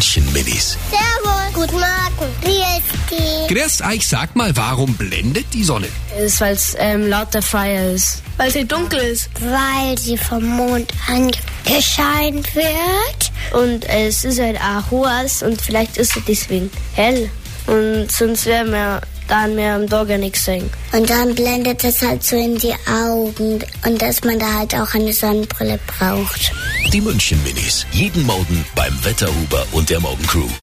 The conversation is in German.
München-Minis. Servus. Guten Morgen. Grüß Grüß euch, sag mal, warum blendet die Sonne? ist, weil es ähm, lauter Freier ist. Weil es hier halt dunkel ist. Weil sie vom Mond angescheint wird. Und äh, es ist halt auch hohes und vielleicht ist es deswegen hell. Und sonst wäre wir dann mehr am Tag ja nichts sehen. Und dann blendet es halt so in die Augen. Und dass man da halt auch eine Sonnenbrille braucht. Die München-Minis. Jeden Morgen beim Wetterhuber und der Morgencrew.